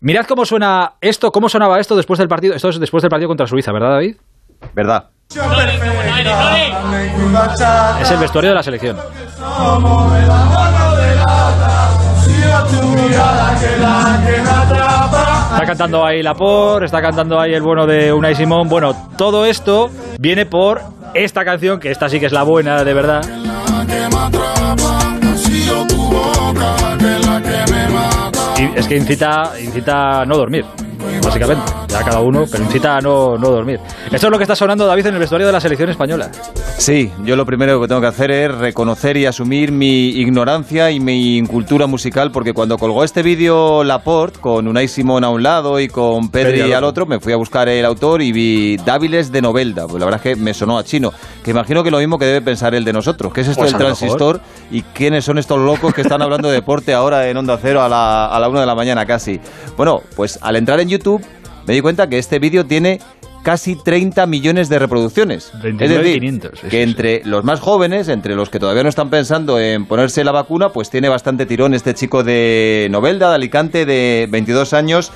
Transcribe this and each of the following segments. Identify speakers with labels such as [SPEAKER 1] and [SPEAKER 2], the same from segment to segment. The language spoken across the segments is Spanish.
[SPEAKER 1] Mirad cómo suena esto, cómo sonaba esto después del partido. Esto es después del partido contra Suiza, ¿verdad, David?
[SPEAKER 2] ¿Verdad?
[SPEAKER 1] Es el vestuario de la selección. Está cantando ahí Lapor, está cantando ahí el bueno de Unai Simón. Bueno, todo esto viene por esta canción, que esta sí que es la buena, de verdad.
[SPEAKER 2] é
[SPEAKER 1] Y es que incita, incita a no dormir, básicamente. Ya cada uno, pero incita a no, no dormir. Esto es lo que está sonando David en el vestuario de la selección española.
[SPEAKER 2] Sí, yo lo primero que tengo que hacer es reconocer y asumir mi ignorancia y mi incultura musical, porque cuando colgó este vídeo Laporte, con Unai Simón a un lado y con Pedri
[SPEAKER 1] Pedri al
[SPEAKER 2] al otro, me fui a buscar el autor y vi Dáviles de Novelda. Pues la verdad es que me sonó a chino, que imagino que lo mismo que debe pensar el de nosotros. ¿Qué es esto
[SPEAKER 1] Pues
[SPEAKER 2] del
[SPEAKER 1] a lo mejor.
[SPEAKER 2] transistor y quiénes son estos locos que están hablando de deporte ahora en Onda Cero a la, a la una de la mañana casi? Bueno, pues al entrar en YouTube me di cuenta que este vídeo tiene casi 30 millones de reproducciones.
[SPEAKER 1] 29.500,
[SPEAKER 2] es
[SPEAKER 1] sí,
[SPEAKER 2] decir,
[SPEAKER 1] sí,
[SPEAKER 2] que
[SPEAKER 1] sí.
[SPEAKER 2] entre los más jóvenes, entre los que todavía no están pensando en ponerse la vacuna, pues tiene bastante tirón este chico de Novelda, de Alicante, de 22 años.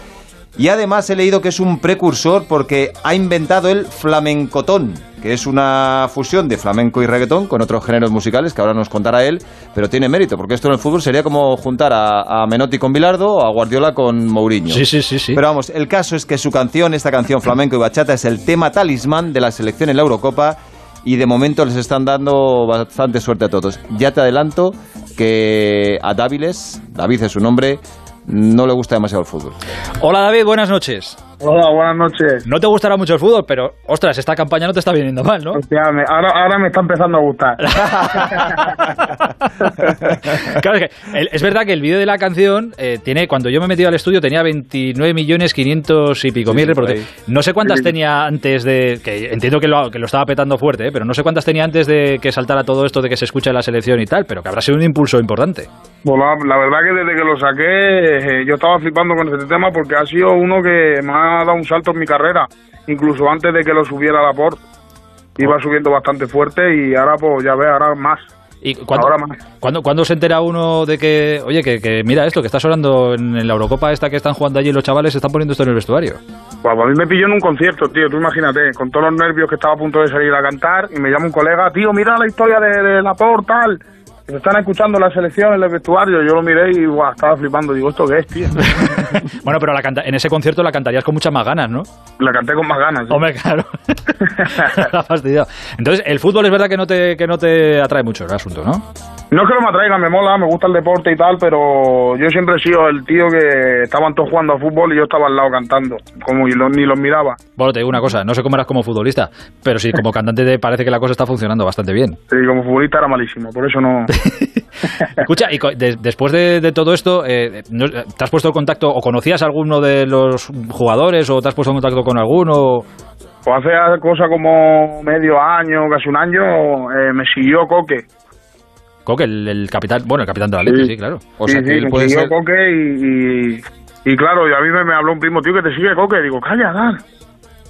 [SPEAKER 2] Y además he leído que es un precursor porque ha inventado el flamencotón, que es una fusión de flamenco y reggaetón con otros géneros musicales que ahora nos contará él, pero tiene mérito, porque esto en el fútbol sería como juntar a, a Menotti con Bilardo o a Guardiola con Mourinho.
[SPEAKER 1] Sí, sí, sí, sí.
[SPEAKER 2] Pero vamos, el caso es que su canción, esta canción flamenco y bachata, es el tema talismán de la selección en la Eurocopa y de momento les están dando bastante suerte a todos. Ya te adelanto que a Dáviles, David es su nombre, no le gusta demasiado el fútbol.
[SPEAKER 1] Hola David, buenas noches.
[SPEAKER 3] Hola, buenas noches.
[SPEAKER 1] No te gustará mucho el fútbol, pero ostras, esta campaña no te está viniendo mal, ¿no?
[SPEAKER 3] Efectivamente, Ahora, ahora me está empezando a gustar.
[SPEAKER 1] Claro, es, que el- es verdad que el vídeo de la canción eh, tiene, cuando yo me he metido al estudio tenía 29 millones 500 y pico
[SPEAKER 2] Sí,
[SPEAKER 1] mil
[SPEAKER 2] sí,
[SPEAKER 1] reproducciones.
[SPEAKER 2] por
[SPEAKER 1] No sé cuántas
[SPEAKER 3] Sí.
[SPEAKER 1] tenía antes de, que entiendo que lo, que lo estaba petando fuerte, eh, pero no sé cuántas tenía antes de que saltara todo esto de que se escucha en la selección y tal, pero que habrá sido un impulso importante.
[SPEAKER 3] Pues la, la verdad que desde que lo saqué eh, yo estaba flipando con este tema porque ha sido uno que me ha dado un salto en mi carrera, incluso antes de que lo subiera a la por. Iba subiendo bastante fuerte y ahora pues ya ve, ahora más.
[SPEAKER 1] ¿Y cuándo,
[SPEAKER 3] Ahora más.
[SPEAKER 1] cuándo- cuándo se entera uno de que, oye, que, que mira esto, que está sonando en, en la Eurocopa esta que están jugando allí los chavales, están poniendo esto en el vestuario?
[SPEAKER 3] Pues a mí me pilló en un concierto, tío, tú imagínate, con todos los nervios que estaba a punto de salir a cantar y me llama un colega, tío, mira la historia de, de la por tal. que se Están escuchando la selección en el vestuario, yo lo miré y guau, estaba flipando, digo, ¿esto qué es, tío?
[SPEAKER 1] bueno, pero la canta- en ese concierto la cantarías con muchas más ganas, ¿no?
[SPEAKER 3] La canté con más ganas. ¿eh? sí.
[SPEAKER 1] Hombre, claro. La fastidiado. Entonces, el fútbol es verdad que no te, que no te atrae mucho el asunto, ¿no?
[SPEAKER 3] No es que no me atraiga, me mola, me gusta el deporte y tal, pero yo siempre he sido el tío que estaban todos jugando a fútbol y yo estaba al lado cantando, como y lo- ni los miraba.
[SPEAKER 1] Bueno, te digo una cosa, no sé cómo eras como futbolista, pero sí, como cantante te parece que la cosa está funcionando bastante bien.
[SPEAKER 3] Y como futbolista era malísimo, por eso no...
[SPEAKER 1] Escucha, y co- de- después de, de todo esto, eh, no- ¿te has puesto en contacto o conocías a alguno de los jugadores o te has puesto en contacto con alguno?
[SPEAKER 3] Pues hace cosa como medio año, casi un año, eh, me siguió Coque.
[SPEAKER 1] Coque, el, el capitán, bueno, el capitán de la Leti,
[SPEAKER 3] Sí.
[SPEAKER 1] sí, claro.
[SPEAKER 2] O
[SPEAKER 3] Sí,
[SPEAKER 2] sea
[SPEAKER 3] sí,
[SPEAKER 2] que él
[SPEAKER 3] me
[SPEAKER 2] puede
[SPEAKER 3] siguió
[SPEAKER 2] ser...
[SPEAKER 3] Coque y, y, y claro, y a mí me, me habló un primo, tío, que te sigue Coque. Digo, calla, Dan.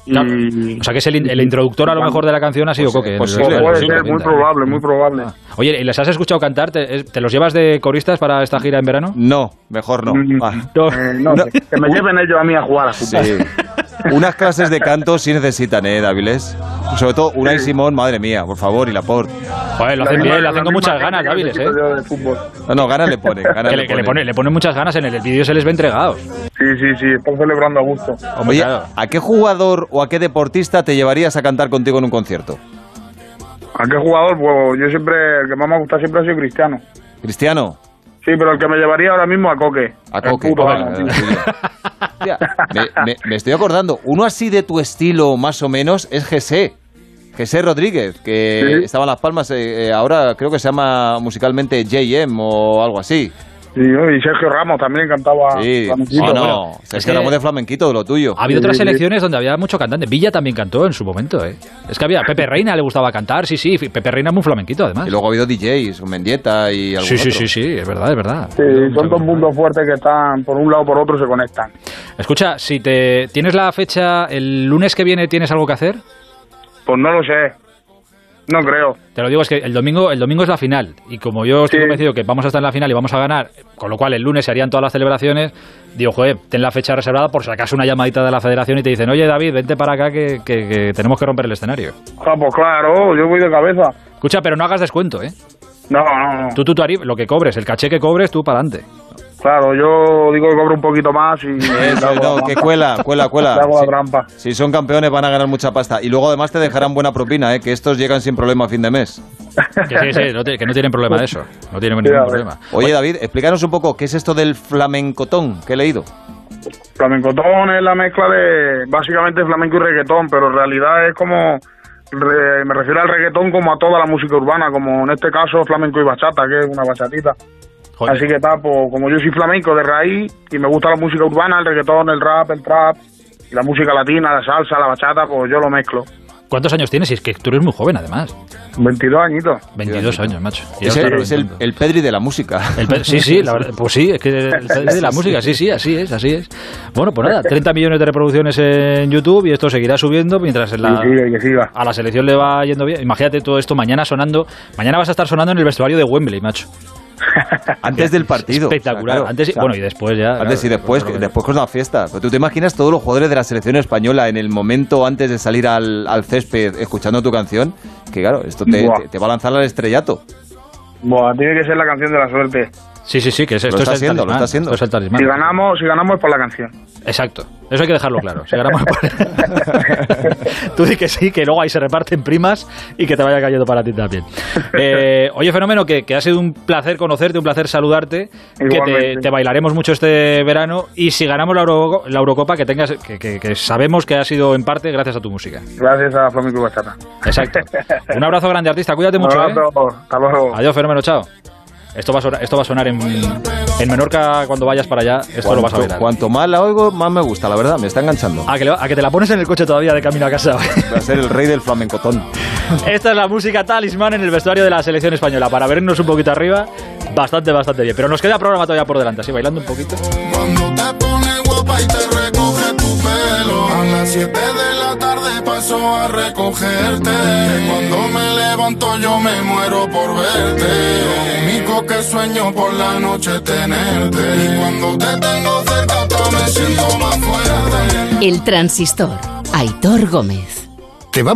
[SPEAKER 1] Claro.
[SPEAKER 3] Y-
[SPEAKER 1] O sea que es el, in- el introductor a lo mejor de la canción ha sido
[SPEAKER 2] Pues,
[SPEAKER 1] Coque.
[SPEAKER 2] eh, pues
[SPEAKER 1] el-
[SPEAKER 2] sí, Mm. Ah.
[SPEAKER 3] Pues
[SPEAKER 1] el-
[SPEAKER 3] puede
[SPEAKER 1] el-
[SPEAKER 3] ser,
[SPEAKER 1] el-
[SPEAKER 3] muy
[SPEAKER 1] el-
[SPEAKER 3] probable, muy probable.
[SPEAKER 1] Oye, ¿y les has escuchado cantar? ¿Te, es- te los llevas de coristas para esta gira en verano?
[SPEAKER 2] No, mejor no.
[SPEAKER 3] Mm.
[SPEAKER 2] Va.
[SPEAKER 1] No.
[SPEAKER 3] Eh, no,
[SPEAKER 2] No.
[SPEAKER 3] Que, que me lleven ellos a mí a jugar a fútbol.
[SPEAKER 2] Sí. Unas clases de canto sí necesitan, ¿eh, Dáviles? Sobre todo Unai Simón, madre mía, por favor, y Laporte.
[SPEAKER 1] Joder, lo
[SPEAKER 3] La
[SPEAKER 1] hacen
[SPEAKER 3] misma-
[SPEAKER 1] bien, lo
[SPEAKER 3] la
[SPEAKER 1] hacen con
[SPEAKER 3] misma
[SPEAKER 1] muchas
[SPEAKER 3] gente
[SPEAKER 1] ganas,
[SPEAKER 3] que
[SPEAKER 1] Dáviles, ¿eh?
[SPEAKER 3] necesito yo de fútbol.
[SPEAKER 2] No, no, ganas le ponen, ganas
[SPEAKER 1] Que le, que le pone- le ponen muchas ganas en el, el vídeo, se les ve entregado.
[SPEAKER 3] Sí, sí, sí, están celebrando a gusto.
[SPEAKER 1] Hombre,
[SPEAKER 2] Oye,
[SPEAKER 1] claro.
[SPEAKER 2] ¿a qué jugador o a qué deportista te llevarías a cantar contigo en un concierto?
[SPEAKER 3] ¿A qué jugador? Pues yo siempre, el que más me ha gustado siempre ha sido Cristiano.
[SPEAKER 2] Cristiano,
[SPEAKER 3] Sí, pero el que me llevaría ahora mismo a Coque.
[SPEAKER 2] a
[SPEAKER 3] El
[SPEAKER 2] Coque.
[SPEAKER 3] puto,
[SPEAKER 2] Bueno,
[SPEAKER 3] vamos.
[SPEAKER 2] eh, sí. Hostia, me, me- me estoy acordando, uno así de tu estilo más o menos es Jesse. Jesse Rodríguez, que
[SPEAKER 3] Sí.
[SPEAKER 2] estaba en Las Palmas, eh, eh, ahora creo que se llama musicalmente JM o algo así.
[SPEAKER 3] Sí, y Sergio Ramos también cantaba.
[SPEAKER 2] Sí,
[SPEAKER 3] Ah, flamenquito.
[SPEAKER 2] o no,
[SPEAKER 1] bueno,
[SPEAKER 2] es,
[SPEAKER 1] es que-
[SPEAKER 2] que hablamos de flamenquito, de lo tuyo.
[SPEAKER 1] Ha habido otras
[SPEAKER 3] Sí, sí.
[SPEAKER 1] selecciones donde había mucho cantante. Villa también cantó en su momento, ¿eh? Es que había. Pepe Reina le gustaba cantar, sí, sí. Pepe Reina es muy flamenquito, además.
[SPEAKER 2] Y luego ha habido DJs, un Mendieta y algún
[SPEAKER 1] Sí, sí,
[SPEAKER 2] otro.
[SPEAKER 1] sí, sí, es verdad, es verdad.
[SPEAKER 3] Sí, son dos mundos fuertes que están por un lado o por otro se conectan.
[SPEAKER 1] Escucha, si te tienes la fecha, el lunes que viene tienes algo que hacer.
[SPEAKER 3] Pues no lo sé. No creo.
[SPEAKER 1] Te lo digo, es que el domingo, el domingo es la final. Y como yo estoy
[SPEAKER 3] Sí.
[SPEAKER 1] convencido que vamos a estar en la final y vamos a ganar, con lo cual el lunes se harían todas las celebraciones, digo, joder, ten la fecha reservada por si acaso una llamadita de la federación y te dicen, oye David, vente para acá que, que- que tenemos que romper el escenario.
[SPEAKER 3] Ah, pues claro, yo voy de cabeza.
[SPEAKER 1] Escucha, pero no hagas descuento, ¿eh?
[SPEAKER 3] No, no, no.
[SPEAKER 1] Tú, tú, tú, Ari, lo que cobres, el caché que cobres, tú para adelante.
[SPEAKER 3] Claro, yo digo que cobro un poquito más y...
[SPEAKER 2] Eso,
[SPEAKER 3] le hago la
[SPEAKER 2] no,
[SPEAKER 3] trampa.
[SPEAKER 2] que cuela, cuela, cuela.
[SPEAKER 3] Le hago la
[SPEAKER 2] Si-
[SPEAKER 3] trampa.
[SPEAKER 2] Si, son campeones van a ganar mucha pasta. Y luego además te dejarán buena propina, ¿eh? que estos llegan sin problema a fin de mes.
[SPEAKER 1] Que sí, sí, no te- que no tienen problema de eso. No tienen ningún
[SPEAKER 3] Cuidado, eh.
[SPEAKER 1] problema.
[SPEAKER 2] Oye, David, explícanos un poco qué es esto del flamencotón que he leído.
[SPEAKER 3] Flamencotón es la mezcla de básicamente flamenco y reggaetón, pero en realidad es como re- me refiero al reggaetón como a toda la música urbana, como en este caso flamenco y bachata, que es una bachatita.
[SPEAKER 1] Joder.
[SPEAKER 3] Así que está, pues, como yo soy flamenco de raíz y me gusta la música urbana, el reggaetón, el rap, el trap, y la música latina, la salsa, la bachata, pues yo lo mezclo.
[SPEAKER 1] ¿Cuántos años tienes? Y es que tú eres muy joven, además.
[SPEAKER 3] 22 añitos.
[SPEAKER 1] 22 años, macho. Y
[SPEAKER 2] Es
[SPEAKER 1] ahora
[SPEAKER 2] el,
[SPEAKER 1] estás
[SPEAKER 2] es el-
[SPEAKER 1] reventando.
[SPEAKER 2] el Pedri de la música.
[SPEAKER 1] El pe- sí, sí, la verdad, pues sí, es que el pe- de la música, sí, sí, así es, así es. Bueno, pues nada, 30 millones de reproducciones en YouTube y esto seguirá subiendo mientras en la,
[SPEAKER 3] Que siga, que siga.
[SPEAKER 1] a la selección le va yendo bien. Imagínate todo esto mañana sonando. Mañana vas a estar sonando en el vestuario de Wembley, macho.
[SPEAKER 2] Antes del partido.
[SPEAKER 1] Espectacular.
[SPEAKER 2] O sea, claro,
[SPEAKER 1] Antes, y-
[SPEAKER 2] o sea,
[SPEAKER 1] bueno, y después ya.
[SPEAKER 2] Antes
[SPEAKER 1] claro,
[SPEAKER 2] y después,
[SPEAKER 1] claro,
[SPEAKER 2] que-
[SPEAKER 1] claro.
[SPEAKER 2] después con la fiesta. Pero tú te imaginas todos los jugadores de la selección española en el momento antes de salir al, al césped escuchando tu canción, que claro, esto te,
[SPEAKER 3] Buah.
[SPEAKER 2] te- te va a lanzar al estrellato.
[SPEAKER 3] Buah, tiene que ser la canción de la suerte.
[SPEAKER 1] Sí, sí, sí, que es, esto
[SPEAKER 2] está
[SPEAKER 1] es el
[SPEAKER 2] haciendo, lo
[SPEAKER 1] talismán,
[SPEAKER 2] está haciendo.
[SPEAKER 1] esto es el talismán.
[SPEAKER 3] Si ganamos, si ganamos es por la canción.
[SPEAKER 1] Exacto. Eso hay que dejarlo claro. Si ganamos por- Tú di que sí, que luego ahí se reparten primas y que te vaya cayendo para ti también. Eh, oye, fenómeno, que, que ha sido un placer conocerte, un placer saludarte, que te,
[SPEAKER 3] Igualmente.
[SPEAKER 1] te bailaremos mucho este verano y si ganamos la, Euro- la Eurocopa, que tengas, que, que- que sabemos que ha sido en parte gracias a tu música.
[SPEAKER 3] Gracias a Flamenco y Bachata.
[SPEAKER 1] Exacto. Un abrazo grande, artista. Cuídate
[SPEAKER 3] Un
[SPEAKER 1] mucho. ¿eh?
[SPEAKER 3] abrazo, Hasta luego.
[SPEAKER 1] Adiós, fenómeno, chao. Esto va a sonar, esto va a sonar en, en Menorca cuando vayas para allá. Esto lo vas a ver.
[SPEAKER 2] Cuanto, cuanto más la oigo, más me gusta, la verdad, me está enganchando.
[SPEAKER 1] A que, le- a que te la pones en el coche todavía de camino a casa.
[SPEAKER 2] Va a ser el rey del flamencotón.
[SPEAKER 1] Esta es la música talismán en el vestuario de la selección española. Para vernos un poquito arriba, bastante, bastante bien. Pero nos queda programa todavía por delante, así bailando un poquito.
[SPEAKER 4] Cuando te pones guapa y te recoge tu pelo. A las 7 de la tarde paso a recogerte. Que cuando me levanto yo me muero por verte. Lo único que sueño por la noche es tenerte. Y cuando te tengo cerca hasta me siento más fuerte.
[SPEAKER 5] El transistor. Aitor Gómez.
[SPEAKER 6] Te vamos